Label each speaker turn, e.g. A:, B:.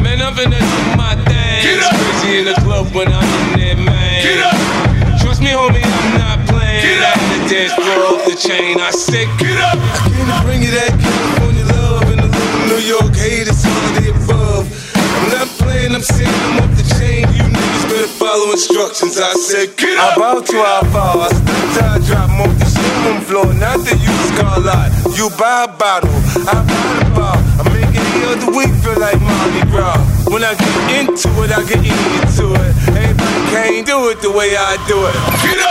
A: living is my thing.
B: Get up.
A: It's crazy in the club when I'm in there, man.
B: Get up,
A: Trust me, homie, I'm not playing.
B: Get up.
A: I'm the dance floor off the chain. I said,
B: get up,
C: Can I bring you that California love and a little New York hate? It's all of the above. I'm not playing, I'm saying I'm off the chain. You niggas better follow instructions. I said, get up. I bought you, I fall. I still tie, drop more the shit on the floor. Not that you scar lot. You buy a bottle, I buy the bar. I make any other week feel like Mardi Gras. When I get into it, I get into it. Everybody can't do it the way I do it.
B: get